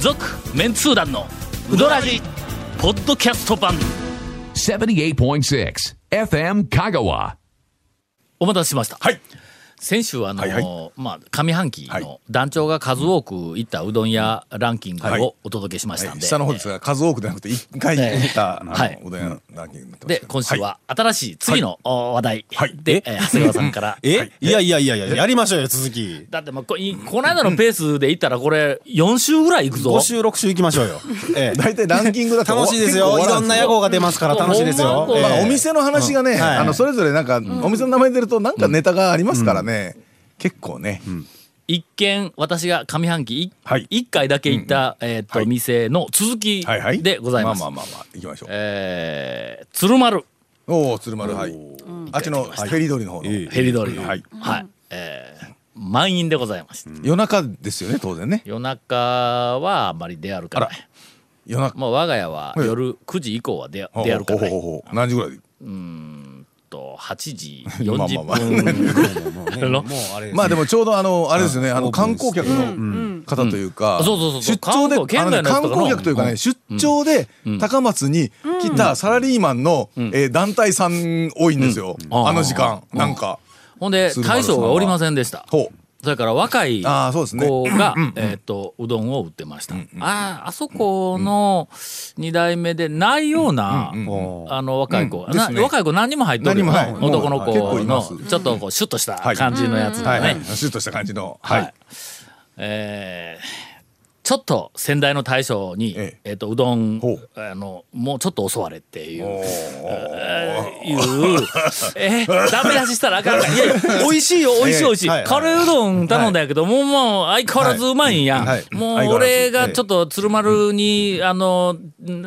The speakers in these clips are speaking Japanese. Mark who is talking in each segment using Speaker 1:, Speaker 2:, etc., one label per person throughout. Speaker 1: 続メンツー団のウドラジポッドキャスト版
Speaker 2: 78.6 FM Kagawa.
Speaker 1: お待たせしました、
Speaker 3: はい。
Speaker 1: 先週あの、
Speaker 3: はいは
Speaker 1: まあ、上半期
Speaker 3: は
Speaker 1: の
Speaker 3: い
Speaker 1: 団長が数多く行ったうどん屋ランキング
Speaker 3: はい
Speaker 1: をお届けしましたん
Speaker 3: はい
Speaker 1: で、
Speaker 3: 下の方ですが、数多くではなくて、1回行った、あの
Speaker 1: はい
Speaker 3: おでんランキングになってますけど
Speaker 1: で今週は新しい次のお話題
Speaker 3: はい
Speaker 1: で、えー長谷川さん から
Speaker 4: え、い、やいやいやいや、やりましょうよ、続き。
Speaker 1: だってまあこいこの間のペースで行ったらこれ4週ぐらい行くぞ
Speaker 4: 5週、6週行きましょ うよ。ええ
Speaker 3: 大体ランキングだと
Speaker 4: 楽しいですよ。いろんな野号が出ますから楽しいですよ
Speaker 1: ほ。んま
Speaker 4: え
Speaker 3: まあ
Speaker 4: え
Speaker 3: お店の話がね、
Speaker 4: はい
Speaker 3: あのそれぞれなんか、お店の名前出るとなんかネタがありますからね、結構ね、
Speaker 1: 一見私が上半期 1,、
Speaker 3: はい
Speaker 1: 一回だけ行った、えーっと
Speaker 3: はい
Speaker 1: 店の続き
Speaker 3: はいはい
Speaker 1: でございます、
Speaker 3: まあまあまあまあ行きましょう、
Speaker 1: えー鶴丸
Speaker 3: おお鶴丸はいあっちのフェリー通りの方の、
Speaker 1: ヘリ通りの、は
Speaker 3: はいい
Speaker 1: えー満員でございました、
Speaker 3: 夜中ですよね当然ね
Speaker 1: 夜中はあまり出歩かない
Speaker 3: 夜中
Speaker 1: まあ我が家は
Speaker 3: はい
Speaker 1: 夜9時以降は出
Speaker 3: ほう
Speaker 1: 出歩かない
Speaker 3: ほうほうほう何時ぐらいで
Speaker 1: と8時
Speaker 3: まあまあまあ
Speaker 1: 40分の
Speaker 4: もうあれ、
Speaker 3: まあでもちょうどあのあれですよね、あの
Speaker 4: オープ
Speaker 3: 観
Speaker 4: ンです
Speaker 3: 光客の方というか、
Speaker 1: うんそうそうそうそう
Speaker 3: 出張で
Speaker 1: 観光
Speaker 3: あのね
Speaker 1: 県外の人
Speaker 3: 観
Speaker 1: とかの
Speaker 3: 光客というかね、出張で高松に来たサラリーマンの、えー団体さん多いんですよ、
Speaker 1: ん
Speaker 3: あの時間、なんか、
Speaker 1: ほんで
Speaker 3: 鶴丸
Speaker 1: 大
Speaker 3: さんは
Speaker 1: 将がおりませんでした
Speaker 3: ほう
Speaker 1: それから若い子
Speaker 3: あーそうですね
Speaker 1: がえーっとうどんを売ってましたあーあそこの2代目でないようなあの若い子
Speaker 3: うん
Speaker 1: な
Speaker 3: ですね
Speaker 1: 若い子何人も入っとるよ
Speaker 3: 何人もはい
Speaker 1: 男の子
Speaker 3: もうはい結構いま
Speaker 1: の
Speaker 3: す
Speaker 1: ちょっとこうシュッとした
Speaker 3: はい
Speaker 1: 感じのやつ
Speaker 3: は
Speaker 1: が
Speaker 3: いはい
Speaker 1: ね
Speaker 3: シュッとした感じの、
Speaker 1: は
Speaker 3: はいい
Speaker 1: えーちょっと先代の大将に、え
Speaker 3: ええ
Speaker 1: っとうどん
Speaker 3: ほう
Speaker 1: あのもうちょっと教われってい
Speaker 3: お
Speaker 1: う。
Speaker 3: ー
Speaker 1: えーいう えーダメ出ししたらあかんかいやいや美味しいよ美味しい美味しい、
Speaker 4: はいはい
Speaker 1: カレーうどん頼んだんやけど、もうもう相変わらずうまいんや、
Speaker 3: はいはい
Speaker 1: もう
Speaker 3: 相変わらず
Speaker 1: 俺がちょっと鶴丸に、あの、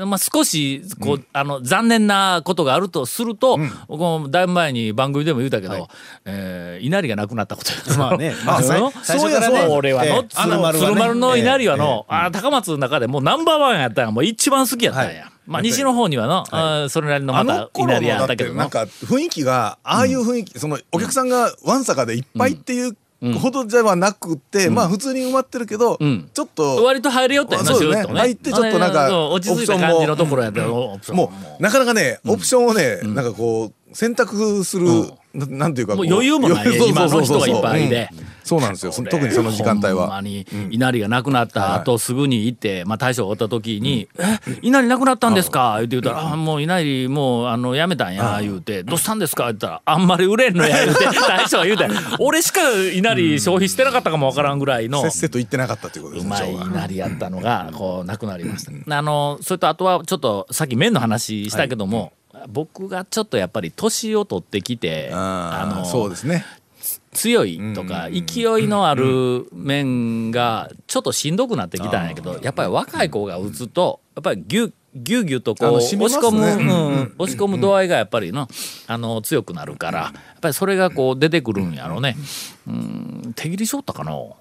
Speaker 1: まあ、少しこう、あの残念なことがあるとすると、こうだいぶ前に番組でも言うたけど、えー稲荷がなくなったことや
Speaker 4: ま あねまあ
Speaker 1: あ
Speaker 4: ね
Speaker 1: そう
Speaker 4: 最
Speaker 1: そう
Speaker 4: 初
Speaker 1: や
Speaker 4: から
Speaker 1: そ
Speaker 4: ね
Speaker 1: う俺は
Speaker 4: え
Speaker 1: の
Speaker 4: え
Speaker 1: 鶴
Speaker 4: 鶴丸はね
Speaker 1: 鶴丸の稲荷は
Speaker 4: え
Speaker 1: の、あー高松の中でもうナンバーワンやったんやもう一番好きやったんや、
Speaker 4: はい
Speaker 1: まあ西の方にはの、あーそれなりの
Speaker 3: あ
Speaker 1: ま
Speaker 3: の
Speaker 1: た
Speaker 3: 頃
Speaker 1: 稲荷
Speaker 3: の
Speaker 1: や
Speaker 3: だ
Speaker 1: っ
Speaker 3: った
Speaker 1: け
Speaker 3: て
Speaker 1: ど
Speaker 3: なん
Speaker 1: な
Speaker 3: か雰囲気がああいう雰囲気、そのお客さんがわんさかでいっぱいっていうほどではなくて、まあ普通に埋まってるけど、
Speaker 1: ん
Speaker 3: ちょっと
Speaker 1: 割と入れよったよな
Speaker 3: そうですね
Speaker 1: シューッと
Speaker 3: 入ってちょっとなんか
Speaker 1: あれそう落ち着いた感じのところやったよオプション
Speaker 3: もうなかなかねオプションをね、なんかこう選択する、ななんていうか
Speaker 1: もう
Speaker 3: こ
Speaker 1: 余裕もないね
Speaker 3: 余裕
Speaker 1: 今
Speaker 3: そう
Speaker 1: の人
Speaker 3: そう
Speaker 1: が
Speaker 3: そう
Speaker 1: いっぱいで
Speaker 3: うんそうなんですよそ特にその時間帯
Speaker 1: ほん
Speaker 3: は
Speaker 1: まに稲荷がなくなった後すぐに行って、まあ、大将がおった時に「え稲荷なくなったんですか?」言って言うたら「あもう稲荷もうあのやめたんや」言うて「どうしたんですか?」言ったら「あんまり売れんのや」言うて大将が言うて「俺しか稲荷消費してなかったかもわからんぐらいの
Speaker 3: せっ」せと行ってなかったということで
Speaker 1: う
Speaker 3: すね
Speaker 1: まい
Speaker 3: 今日は
Speaker 1: なりやったのがこうなくなりました、あのそれとあとはちょっとさっき麺の話したけども、僕がちょっとやっぱり年を取ってきて
Speaker 3: あ
Speaker 1: の
Speaker 3: のそうですね
Speaker 1: 強いとか勢いのある面がちょっとしんどくなってきたんやけどやっぱり若い子が打つとやっぱりぎゅうぎゅうぎゅうとこ
Speaker 3: あ
Speaker 1: う
Speaker 3: の
Speaker 1: 押し
Speaker 3: 締めます
Speaker 1: 込
Speaker 3: ね
Speaker 1: む、うん、押し込む度合いがやっぱりのあの強くなるからやっぱりそれがこう出てくるんやろうね。うん手切りしよったかの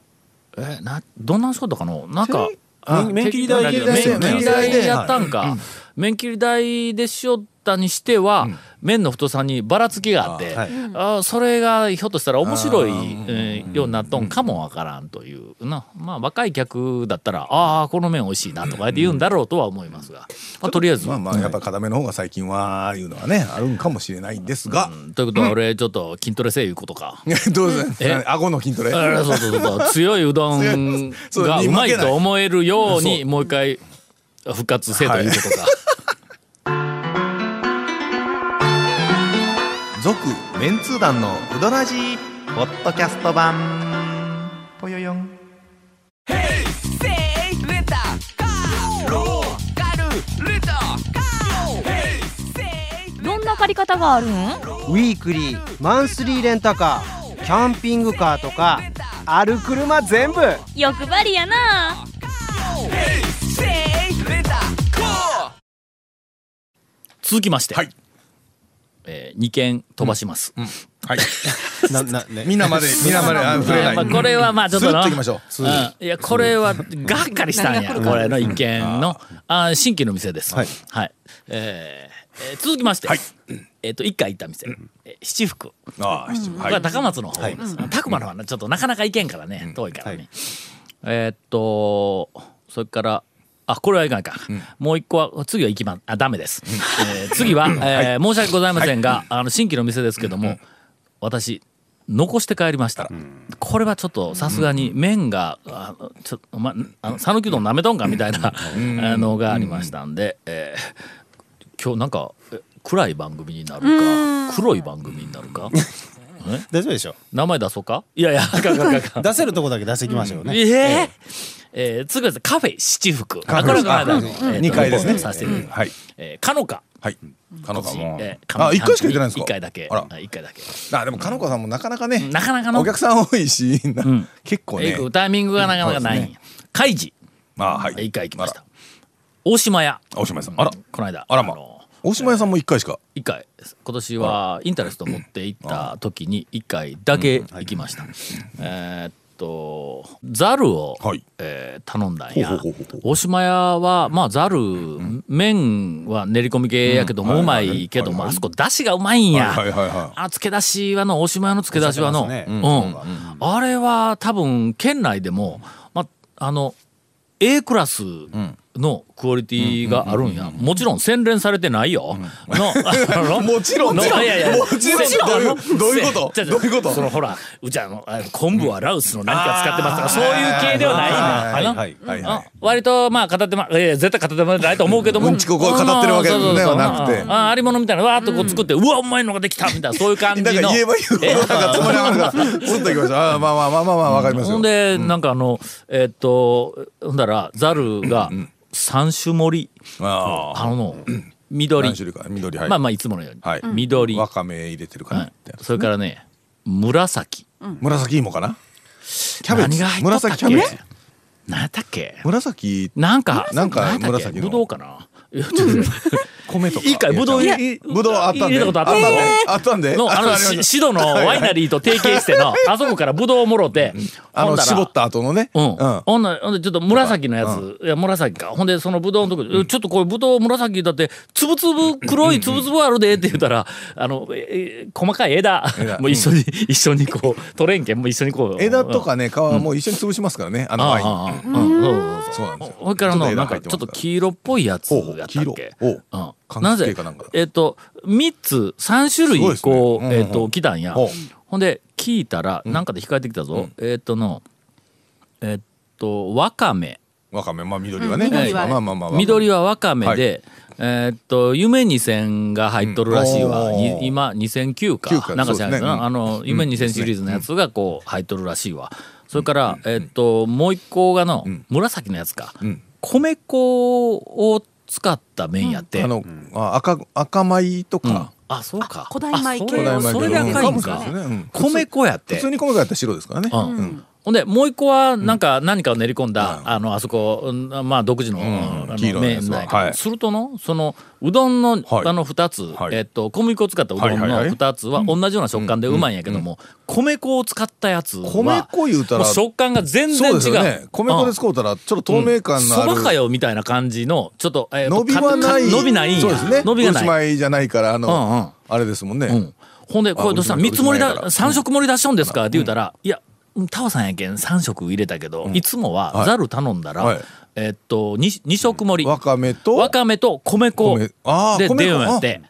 Speaker 1: えなどんなんしよったかのなんか
Speaker 4: あ麺切り台
Speaker 1: で
Speaker 4: で
Speaker 1: 麺
Speaker 4: すよね
Speaker 1: 切り台でやったんか、麺切り台でしよったにしては、麺の太さにばらつきがあってあ、
Speaker 4: あはい
Speaker 1: ーそれがひょっとしたら面白い、えーようになっとんかもわからんというなまあ若い客だったら「ああこの麺美味しいな」とか言って言うんだろうとは思いますが、まあ、とりあえず。
Speaker 3: まあまあやっぱ固めの方が最近はいうのはねあるんかもしれないんですが、
Speaker 1: ということは俺ちょっと筋トレせえいうことか。
Speaker 3: どうです
Speaker 1: え
Speaker 3: か顎の筋トレ
Speaker 1: あらそうそうそうそう強いうどん
Speaker 3: そう
Speaker 1: がうまい
Speaker 3: に負けない
Speaker 1: と思えるようにもう一回復活せえということか。
Speaker 3: 続
Speaker 5: メンツー団のウドラジーポッドキャスト版ぽよよん
Speaker 6: どんな借り方があるん
Speaker 7: ウィークリーマンスリーレンタカーキャンピングカーとかある車全部
Speaker 6: 欲張りやな
Speaker 1: 続きまして、
Speaker 3: はい
Speaker 1: えー、2件飛ばします、
Speaker 3: はい
Speaker 4: な なね
Speaker 3: みん なまでみんなまであ触れない
Speaker 1: まあこれはまあちょっとな
Speaker 3: スルッといきましょうスルッ
Speaker 1: うんいやこれはがっかり したんやこれの一件のあー新規の店ですは
Speaker 4: はいい、
Speaker 1: えーえー続きまして、えっ、と一回行った店、えー七福
Speaker 3: ああ七分
Speaker 1: これは高松の方です、あの宅間の方はなちょっとなかなか行けんからね、遠いからね、えーっとそれからあこれはいかないか、もう一個は次は行きまあダメです、えー次は、えー申し訳ございませんが、あの新規の店ですけども、私残して帰りました、これはちょっとさすがに麺があのちょお前あの讃岐うどんなめとんかみたいなあのがありましたんで、えー今日なんかえ暗い番組になるか黒い番組になるか
Speaker 4: 大丈夫でしょ
Speaker 1: 名前出そうかい やいやあかんあかんあかん
Speaker 4: 出せるとこだけ出していきましょうね、
Speaker 1: えええー、次はですねカフェ七福。あこれがまだ、えー
Speaker 3: 二回ですね
Speaker 1: とさせていただきます
Speaker 3: はい。
Speaker 1: えー、かのか。
Speaker 3: はい。かのかも。
Speaker 1: えーかの
Speaker 3: あ、一回しか言ってないんですか
Speaker 1: 一回だけ。
Speaker 3: あら
Speaker 1: あ。一回だけ。
Speaker 3: あ、でもかのかさんもなかなかね。
Speaker 1: なかなかの
Speaker 3: お客さん多いし、な結構
Speaker 1: え
Speaker 3: ね
Speaker 1: ー。タイミングがなかなかないんや。カイジ。
Speaker 3: まあ、はい。
Speaker 1: 一回行きまし
Speaker 3: あ
Speaker 1: た。大島屋。
Speaker 3: ら。大島屋さん。あら。
Speaker 1: この間。
Speaker 3: あらま
Speaker 1: の
Speaker 3: 大島屋さんも一回しか。
Speaker 1: 一回今年はインタレスト持って行った時に一回だけ行きました、えーっとザルを、
Speaker 3: はい
Speaker 1: えー頼んだんや
Speaker 3: ほうほうほうほう
Speaker 1: 大島屋はまあザル、麺は練り込み系やけども、う
Speaker 3: うん
Speaker 1: ま
Speaker 3: はいはいはい
Speaker 1: いけども、
Speaker 3: はいはい
Speaker 1: あそこ出汁がうまいんや、
Speaker 3: はいはいは
Speaker 1: あつけ出しはの大島屋のつけ出しはの、
Speaker 4: お酒出し
Speaker 1: う
Speaker 4: ね
Speaker 1: んあれは多分県内でも、まあ、あの A クラスのクオリティがあるんやもちろん洗練されてないよ、のあの
Speaker 3: い。もちろんね。
Speaker 1: のいやいや
Speaker 3: もちろん
Speaker 1: せ
Speaker 3: どういう。どういうこと
Speaker 1: せ
Speaker 3: どういうこと
Speaker 1: そのほらうちはあのあの昆布はラウスの何か使ってますとかそういう系ではないんだ
Speaker 4: はい
Speaker 1: あの
Speaker 4: はい
Speaker 3: はい
Speaker 1: あ
Speaker 3: は
Speaker 1: 割とまあ片手間、えー、絶対片手間じゃないと思うけども
Speaker 3: うんちくをこう語ってるわけではなくて
Speaker 1: ああありものみたいなわーっとこう作って、うわうまいのができたみたいなそういう感じ
Speaker 3: い。
Speaker 1: の
Speaker 3: だから言えば言うほど、なんかつまりあ るから、ずっと行きました。あまあまあまあまあまあ、わかります
Speaker 1: ほ
Speaker 3: よ
Speaker 1: ん。で、なんかあのえーっとほんだらザルが三種盛り
Speaker 3: ああ。
Speaker 1: あの緑
Speaker 3: 何種類か。緑、はい。
Speaker 1: まあまあいつものように、
Speaker 3: はい
Speaker 1: 緑、
Speaker 3: わかめ入れてるか
Speaker 1: は
Speaker 3: なっ
Speaker 1: い
Speaker 3: て。
Speaker 1: それからね紫
Speaker 3: 紫芋かなキャベ
Speaker 1: 何
Speaker 3: ツ
Speaker 1: が入っとったっ
Speaker 3: 紫
Speaker 1: け
Speaker 3: キャベツ
Speaker 1: 何やったっけ
Speaker 3: 紫
Speaker 1: なんか
Speaker 3: なんか
Speaker 1: やったっけ
Speaker 3: 紫の
Speaker 1: ぶどうかないやちょっと
Speaker 3: 米とか
Speaker 1: 一回ぶどう入
Speaker 3: いや
Speaker 1: れ
Speaker 3: ぶどうあったんで
Speaker 1: 入れたことあった
Speaker 3: あ
Speaker 1: ん
Speaker 3: っ
Speaker 1: だ
Speaker 3: たん
Speaker 1: よ
Speaker 3: であったんで
Speaker 1: のあ
Speaker 3: あ
Speaker 1: の
Speaker 3: りました
Speaker 1: し シドのワイナリーと提携してのあそこからブドウをもろて
Speaker 3: あ
Speaker 1: ほん
Speaker 3: の
Speaker 1: だら
Speaker 3: 絞った後のね
Speaker 1: うん、
Speaker 3: うん
Speaker 1: ほんなほんでちょっと紫のやつ、いや紫かほんでそのブドウのとこ、ちょっとこれブドウ紫だってつぶつぶ黒いつぶつぶあるでって言ったら、あのええ細かい枝
Speaker 3: 枝
Speaker 1: もう一緒に、一緒にこう取れんけんもう一緒にこう
Speaker 3: 枝とかね皮はもう一緒に潰しますからねあ
Speaker 1: あ
Speaker 3: のワイン
Speaker 1: あああうんそうそうそう
Speaker 3: そうなんですよ
Speaker 1: ほいから
Speaker 3: ちょ
Speaker 1: の
Speaker 3: っ
Speaker 1: な
Speaker 3: と枝
Speaker 1: ん
Speaker 3: 入
Speaker 1: か
Speaker 3: っ
Speaker 1: ち
Speaker 3: てま
Speaker 1: ょっ
Speaker 3: すから
Speaker 1: と黄色っぽいやつ
Speaker 3: ほうほう
Speaker 1: やった
Speaker 3: 黄
Speaker 1: っ
Speaker 3: 色
Speaker 1: け
Speaker 3: おう
Speaker 1: うん
Speaker 3: 柑
Speaker 1: な
Speaker 3: 橘
Speaker 1: ぜ
Speaker 3: 系かなんか
Speaker 1: えっと3つ3種類
Speaker 3: すごいですね
Speaker 1: こ
Speaker 3: うん
Speaker 1: う
Speaker 3: うん
Speaker 1: えっと来たんや
Speaker 3: ほう
Speaker 1: ほんで聞いたらなんかで控えてきたぞえっとのえっとわかめ
Speaker 3: わかめまあ緑はね
Speaker 6: うん緑は
Speaker 3: まあまあまあまあ
Speaker 1: 緑はわかめでえっと夢2000が入っとるらしいわ
Speaker 3: うんおー
Speaker 1: に今2009
Speaker 3: 9
Speaker 1: か
Speaker 3: か
Speaker 1: なんか知らないけど
Speaker 3: そうですねうん
Speaker 1: なあの夢2000シリーズのやつがこう入っとるらしいわそれからえっともう一個がの紫のやつか
Speaker 3: うん
Speaker 1: 米粉を使った麺やって、
Speaker 3: あのあ赤赤米とか
Speaker 1: あそうか
Speaker 6: あ古代米系
Speaker 1: あそれ
Speaker 3: 古代
Speaker 1: それで赤い
Speaker 3: 米系
Speaker 1: ん
Speaker 3: かも
Speaker 1: か
Speaker 3: しれないですねうん
Speaker 1: 米粉やっ
Speaker 3: 普
Speaker 1: て
Speaker 3: 通に米がやったら白ですからね
Speaker 1: うんほんでもう一個はなんか何かを練り込んだ、
Speaker 3: うん
Speaker 1: あのあそこ、うんまあ、独自の,、
Speaker 3: ん
Speaker 1: あの
Speaker 3: 黄色いやつは
Speaker 1: 麺内
Speaker 3: はい
Speaker 1: するとのそのうどんの,、
Speaker 3: はい
Speaker 1: あの2つ、
Speaker 3: はい
Speaker 1: えっと、小麦粉を使ったうどん
Speaker 3: はい
Speaker 1: の
Speaker 3: はいはい
Speaker 1: 2つは同じような食感でうまいんやけども、米粉を使ったやつは
Speaker 3: 米粉言うたら
Speaker 1: も食感が全然
Speaker 3: そ
Speaker 1: 違う
Speaker 3: うですよね米粉で使うたらちょっと透明感のあ
Speaker 1: そば
Speaker 3: る
Speaker 1: かよみたいな感じのちょっと,、えっと
Speaker 3: 伸びはな
Speaker 1: か
Speaker 3: い
Speaker 1: か伸びないんや
Speaker 3: そうですね
Speaker 1: 伸びがない
Speaker 3: おしまいじゃないからあの、
Speaker 1: うんうん
Speaker 3: あれですもんね、
Speaker 1: うん、ほんでこれどうした
Speaker 3: あ
Speaker 1: ら3つ盛り
Speaker 3: うちの親やか
Speaker 1: だ
Speaker 3: ら
Speaker 1: 三色盛り出しとんですかって言うたら「いやタワさんやけん3色入れたけど、いつもは
Speaker 3: はい
Speaker 1: ざる頼んだら、
Speaker 3: はい
Speaker 1: えっと 2, 二色盛り
Speaker 3: わかめと
Speaker 1: わかめと米粉
Speaker 3: 米あー
Speaker 1: で
Speaker 3: 米
Speaker 1: 電
Speaker 3: 粉
Speaker 1: 話やって。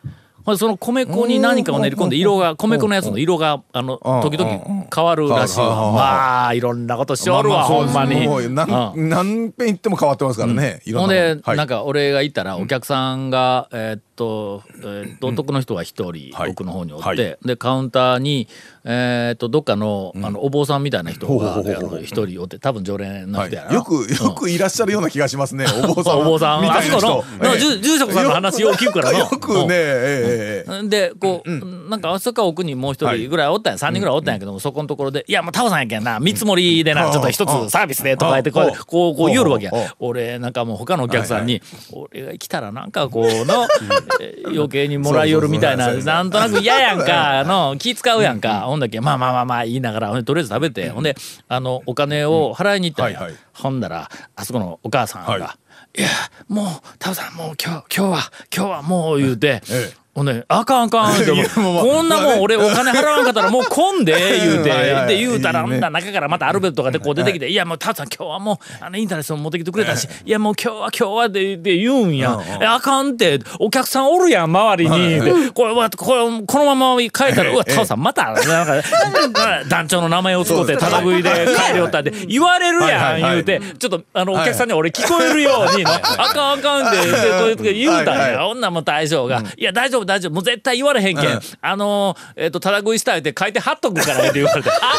Speaker 1: ほんでその米粉に何かを練り込んで
Speaker 3: うん
Speaker 1: 色が米粉のやつの色があの
Speaker 3: うん
Speaker 1: 時々変わるらしい
Speaker 3: うん
Speaker 1: わ
Speaker 3: うん
Speaker 1: まあいろんなことし
Speaker 3: ま
Speaker 1: お
Speaker 3: あ
Speaker 1: る
Speaker 3: ま
Speaker 1: わ
Speaker 3: あそ
Speaker 1: ほ
Speaker 3: うんです
Speaker 1: まに。
Speaker 3: もう何,、、
Speaker 1: うん
Speaker 3: 何遍言っても変わってますからね、いろ
Speaker 1: ほん
Speaker 3: んな
Speaker 1: で、
Speaker 3: はい
Speaker 1: なんか俺が行ったらお客さんが、えーっと、え ーっと男の人が一人、
Speaker 3: はい
Speaker 1: 奥の方におって、
Speaker 3: はい
Speaker 1: でカウンターに、えーっとどっかの,、あのお坊さんみたいな人があ
Speaker 3: ほうほうほうほう
Speaker 1: の一人おって多分常連の
Speaker 3: は
Speaker 1: 人やな、
Speaker 3: い、よくよくいらっしゃるような気がしますね、お坊さん
Speaker 1: お坊さん
Speaker 3: みたいな
Speaker 1: あそ
Speaker 3: 人
Speaker 1: このの住住職さんの話よう聞くからな
Speaker 3: よくね、
Speaker 1: うん
Speaker 3: ええええ
Speaker 1: でこう、なんかあそこは奥にもう一人ぐらいおったんや、3人ぐらいおったんやけども、そこのところで「いやもうタオさんやけんな見積もりでな
Speaker 3: うん
Speaker 1: ちょっと一つサービスで」とか言ってこう
Speaker 3: うん
Speaker 1: やってこうこう言うるわけや
Speaker 3: うん
Speaker 1: 俺なんかもう他のお客さんに「俺が来たらなんかこう のえ余計にもらいよるみたいな
Speaker 3: そうそうそう
Speaker 1: なんとなく嫌やんかの気使うやんかほんだっけまあまあまあまあ言いながらほんでとりあえず食べてほんであのお金を払いに行ったんや、
Speaker 3: うんはいはい
Speaker 1: ほんだらあそこのお母さんが「
Speaker 3: はい
Speaker 1: いやもうタオさんもう今日今日は今日はもう」言うて。
Speaker 3: ええ
Speaker 1: ほんで、あかんあかんって
Speaker 3: いやもうまあ
Speaker 1: こんなもん俺お金払わんかったらもう混んで、言うて、
Speaker 3: はいはい
Speaker 1: で言うたら、
Speaker 3: いい
Speaker 1: ほ
Speaker 3: ね
Speaker 1: んなら中からまたアルベルトがでこう出てきて、いやもうタツさん今日はもう、あの、インタレストも持ってきてくれたし、いやもう今日は今日はで、で言うんや。えあかんって、お客さんおるやん、周りに。でこれは、これ、このまま帰ったら、うわ、タツさんまた、 なんか、団長の名前を使って、ただ食いで帰りよったって、言われるやん、
Speaker 3: はいはい
Speaker 1: 言
Speaker 3: は
Speaker 1: う
Speaker 3: い
Speaker 1: て、ちょっと、あの、お客さんに俺聞こえるように、あかんあかんって、でこういう時言うたん
Speaker 3: はい
Speaker 1: や
Speaker 3: は。い
Speaker 1: 女も大将が、いや大丈夫大丈夫もう絶対言われへんけん、あのーえっ、とただ食いしたいって書いて貼っとくからって言われてあかんあ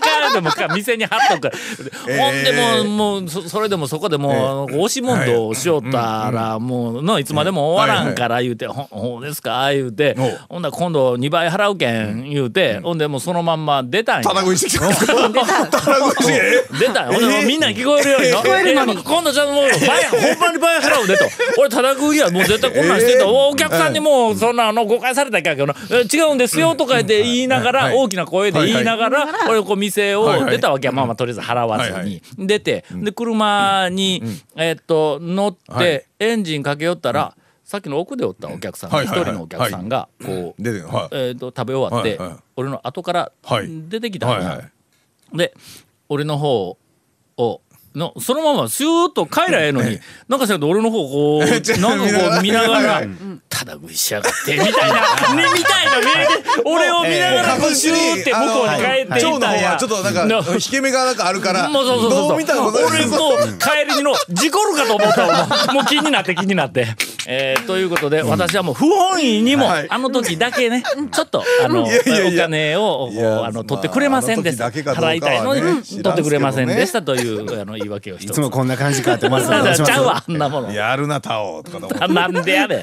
Speaker 1: かんってもうか店に貼っとくから、ほんでもうもうそそれでもそこでもう、あの押し問答をしよったら、もうのいつまでも終わらんから言うて、ほんほんですか言うて
Speaker 3: お
Speaker 1: ほんなら今度2倍払うけん言うて、ほんでもうそのまんま出たんや
Speaker 3: ただ食いしてきた。
Speaker 1: 出
Speaker 3: ただ食いしてきた。
Speaker 1: たよ、ほんで
Speaker 3: えー
Speaker 1: みんな聞こえるようになえー今度ちゃんともう倍ほんまに倍払うでと俺ただ食いはもう絶対こんなんしてた、
Speaker 3: えー
Speaker 1: お客さんにもうそんなあの誤解されたらいかんけどな、えー違うんですよとか言って言いながら、
Speaker 3: はい
Speaker 1: 大きな声で言いながら、俺こう店
Speaker 3: はい
Speaker 1: を
Speaker 3: はい
Speaker 1: 出たわけは、まあまあとりあえず払わずに、
Speaker 3: はいはい
Speaker 1: 出てで車に、えーっと乗って、
Speaker 3: はい
Speaker 1: エンジンかけよったら、さっきの奥でおったお客さん
Speaker 3: は
Speaker 1: 一
Speaker 3: いはいはい
Speaker 1: 人のお客さんがこう、
Speaker 3: 出てるはい
Speaker 1: えーっと食べ終わって、
Speaker 3: はいはい
Speaker 1: 俺の後から
Speaker 3: はい
Speaker 1: 出てきたの
Speaker 3: は
Speaker 1: よ
Speaker 3: いはい。
Speaker 1: で俺の方をのそのままスーッと帰らええのになんかせんと俺の方をこうなん
Speaker 3: ちょっと
Speaker 1: かこう見
Speaker 3: 見
Speaker 1: なが
Speaker 3: ながら
Speaker 1: ら
Speaker 3: はい
Speaker 1: 「ただ食いしやがって」 みたいなねみたいな目で俺を見ながらこうスーって向こうに帰ってい
Speaker 3: 蝶
Speaker 1: っ
Speaker 3: の
Speaker 1: たん
Speaker 3: 方
Speaker 1: や
Speaker 3: はちょっとなんか引け目がなんかあるから
Speaker 1: もうそうそうそう
Speaker 3: どう見たらこと
Speaker 1: 俺も帰りの事故るかと思ったわもうもう気になって気になって、えーということで私はもう不本意にも、
Speaker 3: はい
Speaker 1: あの時だけねちょっとあの
Speaker 3: いやいやいや
Speaker 1: お金を
Speaker 3: いや
Speaker 1: こうあの
Speaker 3: まあ
Speaker 1: 取ってくれませんでした、
Speaker 3: あの時だけかどうか
Speaker 1: 払
Speaker 3: はね
Speaker 1: いたいのに、
Speaker 3: 知
Speaker 1: 取
Speaker 3: ら
Speaker 1: っ
Speaker 3: んすけどね
Speaker 1: てくれませんでしたというあの言い訳をし
Speaker 4: い
Speaker 1: て
Speaker 4: つもこんな感じかって思ってたらどうしま
Speaker 1: ち
Speaker 4: す
Speaker 1: ゃうわあんなもの
Speaker 3: やるなタオとかと思って
Speaker 1: あなんでやれ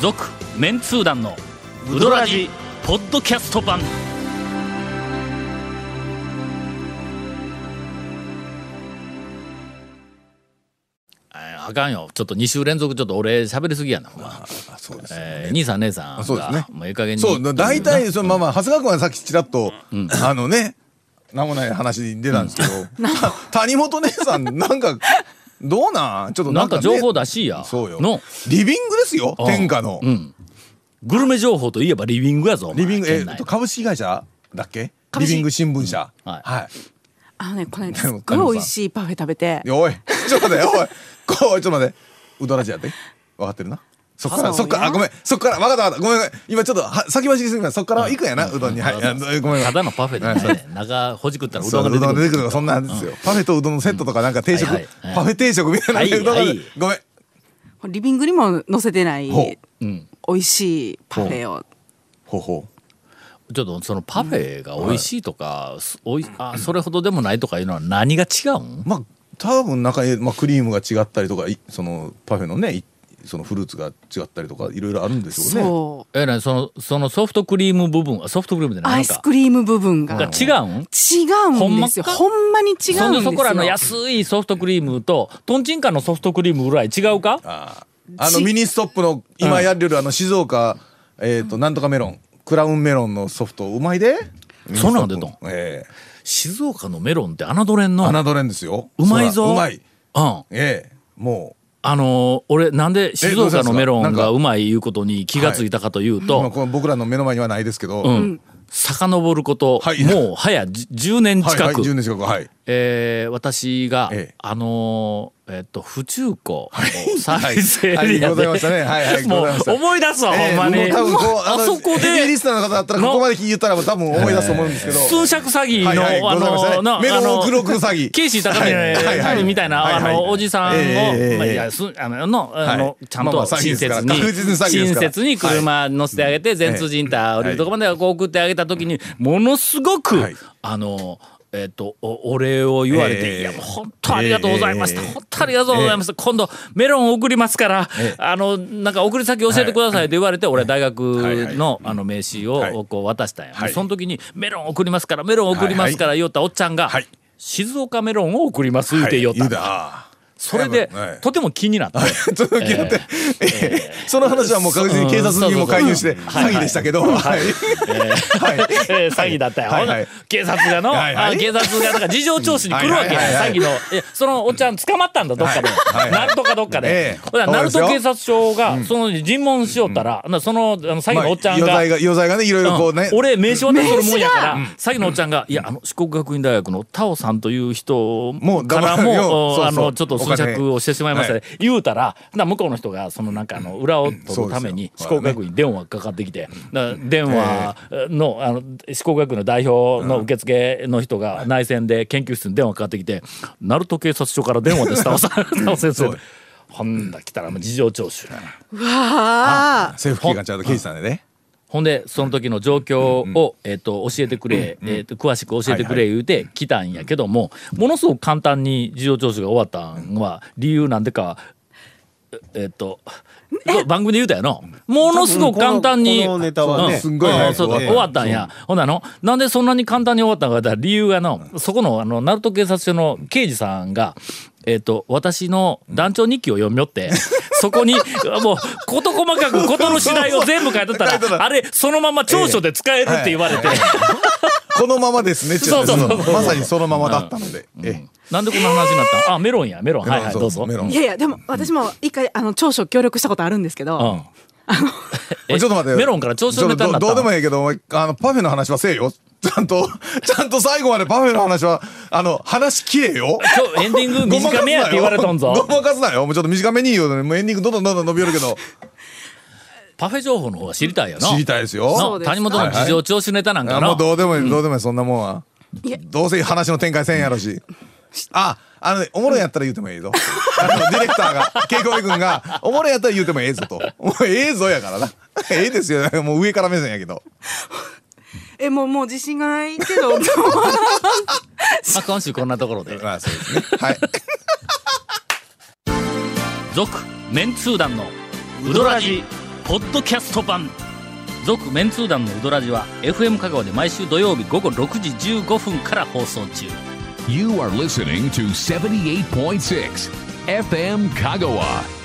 Speaker 1: 続メンツー団のウドラジポッドキャスト版ああかんよちょっと2週連続ちょっと俺喋りすぎやな、ほんま
Speaker 3: あそうです
Speaker 1: えー兄さん姉さんが
Speaker 3: そうですね
Speaker 1: もうええ加減に
Speaker 3: そう大体そのまあまあ長谷川君はさっきちらっとあのねなんもない話に出たんですけどた谷本姉さんなんかどうなんちょっと
Speaker 1: な
Speaker 3: なんん
Speaker 1: か
Speaker 3: か
Speaker 1: 情
Speaker 3: ね
Speaker 1: 報出しいや
Speaker 3: そうよ
Speaker 1: の
Speaker 3: リビングですよ天下の
Speaker 1: うんグルメ情報といえばリビングやぞお前
Speaker 3: リビングえ
Speaker 1: 県内
Speaker 3: っと株式会社だっけ
Speaker 8: 株
Speaker 3: リ
Speaker 8: 式
Speaker 3: ビング新聞社
Speaker 1: うんはい
Speaker 3: はい
Speaker 8: あのね、この間
Speaker 3: です
Speaker 8: っ
Speaker 3: も
Speaker 8: ごい美味しいパフェ食べて
Speaker 3: い。やおいちょっと待っておいこうちょっと待ってウドラジやで分かってるなそっから
Speaker 8: そ
Speaker 3: そうっからあ
Speaker 8: よ
Speaker 3: ごめんそっから分かった分かったごめんごめん今ちょっとは先走りすぎましたそっから行くんやなうどんにはいいやごめんごめん
Speaker 1: ただのパフェじゃないね中ほじくったらう
Speaker 3: そ
Speaker 1: ど
Speaker 3: う、
Speaker 1: ん
Speaker 3: うど
Speaker 1: が
Speaker 3: んが出
Speaker 1: 出て
Speaker 3: て
Speaker 1: くる
Speaker 3: くるのがそんなんですよ。パフェとうどんのセットとかなんか定食、
Speaker 1: はいはいはい
Speaker 3: パフェ定食みたいなのが
Speaker 1: はいは
Speaker 3: どうなる
Speaker 1: い
Speaker 3: ごめん。
Speaker 8: リビングにも載せてない
Speaker 3: ほう
Speaker 1: うん
Speaker 8: 美味しいパフェを。
Speaker 3: ほうほ
Speaker 1: ちょっとそのパフェが美味しいとか、すおいあそれほどでもないとかいうのは何が違うん
Speaker 3: う。まあ多分中にまあクリームが違ったりとかいそのパフェのねいそのフルーツが違ったりとかいろいろあるんでしょうね。
Speaker 8: そう。
Speaker 1: えらいそのそのソフトクリーム部分あソフトクリームじゃない
Speaker 8: ア
Speaker 1: なん
Speaker 8: イス
Speaker 1: か
Speaker 8: クリーム部分が
Speaker 1: が
Speaker 8: 違
Speaker 1: 違うん
Speaker 8: うんですよ。
Speaker 1: ほ
Speaker 8: ほんまに違うんですよ。
Speaker 1: そんでそこらの安いソフトクリームととんちんかんのソフトクリームぐらい違うか
Speaker 3: あーあのミニストップの今やってるあの静岡えっとなんとかメロンクラウンメロンのソフトうまいで。
Speaker 1: そんなん出たん
Speaker 3: え
Speaker 1: 静岡のメロンって侮れん
Speaker 3: え
Speaker 1: の
Speaker 3: ー、侮れんですよ。
Speaker 1: うまいぞ
Speaker 3: そらうまい。
Speaker 1: うん
Speaker 3: ええもう。
Speaker 1: あのー俺なんで静岡のメロンがうまいいうことに気がついたかというと、
Speaker 3: 今この僕らの目の前にはないですけど、
Speaker 1: うん、遡ること、
Speaker 3: はい
Speaker 1: もう早じ10年近
Speaker 3: はい
Speaker 1: く、
Speaker 3: はい、10年近くはい。
Speaker 1: えー私が、
Speaker 3: ええ
Speaker 1: あのーえっと府中湖を再生エ
Speaker 3: はい
Speaker 1: リア
Speaker 3: ございましたね
Speaker 1: で
Speaker 3: はいはい
Speaker 1: も
Speaker 3: ご
Speaker 1: う
Speaker 3: ざいました
Speaker 1: 思い出すわ、
Speaker 3: ええ
Speaker 1: ほんまに
Speaker 3: もう多分こう、
Speaker 1: あ
Speaker 3: の
Speaker 1: そこ
Speaker 3: ヘビー
Speaker 1: で
Speaker 3: リスナーの方だったら、ここまで聞いたら、多分思い出すと思うんですけど。
Speaker 1: 寸尺詐欺の、
Speaker 3: はいはい
Speaker 1: あ
Speaker 3: ございましたね
Speaker 1: のな
Speaker 3: メロン
Speaker 1: あの
Speaker 3: クロック詐欺
Speaker 1: ケイシー高
Speaker 3: はいはいは
Speaker 1: 見
Speaker 3: い
Speaker 1: みたいな、
Speaker 3: はいはい
Speaker 1: あのおじさんを、
Speaker 3: ええええ
Speaker 1: まあ、いやすあののあの、
Speaker 3: はい
Speaker 1: ちゃん
Speaker 3: まあまあ
Speaker 1: と
Speaker 3: 詐
Speaker 1: 親
Speaker 3: 欺です
Speaker 1: 切
Speaker 3: から
Speaker 1: に、
Speaker 3: 確実に詐欺です
Speaker 1: 親
Speaker 3: から
Speaker 1: 切に車乗せてあげて全通じんた降りるとこまでこう送ってあげた時にものすごく、
Speaker 3: はい
Speaker 1: あの。えっとおお礼を言われて、
Speaker 3: ええ
Speaker 1: いやもう本当ありがとうございました、
Speaker 3: ええ
Speaker 1: 本当ありがとうございました、今度メロンを送りますから、あのなんか送り先教えてくださいって言われて、俺は大学のあの名刺
Speaker 3: はい
Speaker 1: をこう渡したんや、
Speaker 3: はい
Speaker 1: その時に「メロン送りますからメロン送りますから」言おったおっちゃんが、
Speaker 3: はい
Speaker 1: 静岡メロンを送ります」言う
Speaker 3: はい
Speaker 1: て言おった、
Speaker 3: 言うてあ
Speaker 1: それで、
Speaker 3: いやはい
Speaker 1: とても気になって、
Speaker 3: 続きだって、えーその話はもう確実に警察にも介入して
Speaker 1: そうそうそう
Speaker 3: 詐欺でしたけど、はいはい
Speaker 1: えー詐欺だったよ、
Speaker 3: はいはい
Speaker 1: ほな警察がの、
Speaker 3: はいはい
Speaker 1: あ警察がなんか事情聴取に来るわけや、
Speaker 3: はいはいはい
Speaker 1: 詐欺のえそのおっちゃん捕まったんだどっかで、
Speaker 3: はいはい
Speaker 1: なんとかどっかで
Speaker 3: え、え
Speaker 1: ほな
Speaker 3: そう
Speaker 1: 鳴
Speaker 3: です
Speaker 1: 門
Speaker 3: よ
Speaker 1: 警察署がその尋問しよったら、なそのあの詐欺
Speaker 3: まあ
Speaker 1: のおっちゃん
Speaker 3: 余
Speaker 1: が。
Speaker 3: 罪が余罪がねいろいろこうね、
Speaker 1: うん俺名刺渡しとるもんやから、詐欺のおっちゃんが「いやあの四国学院大学のタオさんという人
Speaker 3: もう
Speaker 1: か
Speaker 3: だ
Speaker 1: ら
Speaker 3: ま
Speaker 1: も
Speaker 3: ようそう
Speaker 1: あ
Speaker 3: そう
Speaker 1: のちょっと
Speaker 3: お
Speaker 1: 咀
Speaker 3: 金
Speaker 1: 嚼をしてしまいましたね」言うたらな向こうの人がそのなんかあの裏を取るために
Speaker 3: そ
Speaker 1: 四
Speaker 3: うです
Speaker 1: 国
Speaker 3: よ
Speaker 1: 学院に電話がかかってきてな電話のあの四国学院の代表の受付の人が内戦で研究室に電話かかってきて「鳴門警察署から電話ですタオさんタオ先生」ほんだ来たらもう事情聴取。
Speaker 8: あ
Speaker 3: 制服機がちゃんと刑事さんでね
Speaker 1: ほんでその時の状況を、えっと教えてくれ、えっと詳しく教えてくれ言うて来たんやけども、ものすごく簡単に事情聴取が終わったんは理由なんでかえっと番組で言うたやのものすごく簡単に
Speaker 4: このこのネタはね
Speaker 1: うん
Speaker 3: すんごい
Speaker 1: うん
Speaker 3: 早く
Speaker 1: そうだ
Speaker 3: 終
Speaker 1: 終わ
Speaker 3: わ
Speaker 1: っ
Speaker 3: った
Speaker 1: んやほんなのなんでそんなに簡単に終わったんか言ったら理由がのそこのあの鳴門警察署の刑事さんがえっと私の団長日記を読みよってそこにもう事細かく事の次第を全部書いとった
Speaker 3: そうそう書いと
Speaker 1: ら
Speaker 3: った
Speaker 1: あれそのまま長所で使えるって言われて。
Speaker 3: このままですねって言って
Speaker 1: そうそうそう
Speaker 3: そのまさにそのままだったので、ええ
Speaker 1: なんでこんな話になったんあメロンやメロン
Speaker 3: メロ
Speaker 1: は
Speaker 3: ン
Speaker 1: いはい
Speaker 3: そう
Speaker 1: どうぞ
Speaker 3: メロ
Speaker 8: あ
Speaker 3: ン
Speaker 8: いやいやでも私も一回あの長所協力したことあるんですけ
Speaker 1: う
Speaker 8: ど、
Speaker 1: んえ
Speaker 3: えちょっと待ってよ
Speaker 1: メロンから調子のネタになった
Speaker 3: ちょっとどどうでもいいけどお前あのパフェの話はせえよちゃんとちゃんと最後までパフェの話はあの話きれよ
Speaker 1: 今日エンディング
Speaker 3: ごまかす
Speaker 1: 短
Speaker 3: なよ
Speaker 1: めやって言われとんぞ
Speaker 3: ごまかすなよもうちょっと短めに言うのにもうエンディングどんどんどんどん伸びよるけど
Speaker 1: パフェ情報の方が知りたいよな
Speaker 3: 知りたいですよ
Speaker 1: な
Speaker 8: そうですか
Speaker 1: 谷本の事情聴取ネタなんか
Speaker 3: あ
Speaker 1: な
Speaker 3: もうどうでもいい、どうでもいいそんなもんはい
Speaker 8: や
Speaker 3: どうせ話の展開せんやろしああのねおもろいやったら言うてもええぞあのディレクター が稽古部君がおもろいやったら言うてもええぞともうええぞやからな ええですよもう上から目線やけど
Speaker 8: えもうもう自信がないけど
Speaker 1: まあ、今週こんなところで
Speaker 3: まあそうですねはい
Speaker 1: 続メンツー団のウドラジポッドキャスト版続メンツー団のウドラジは FM 香川で毎週土曜日午後6時15分から放送中
Speaker 2: You are listening to 78.6 FM Kagawa.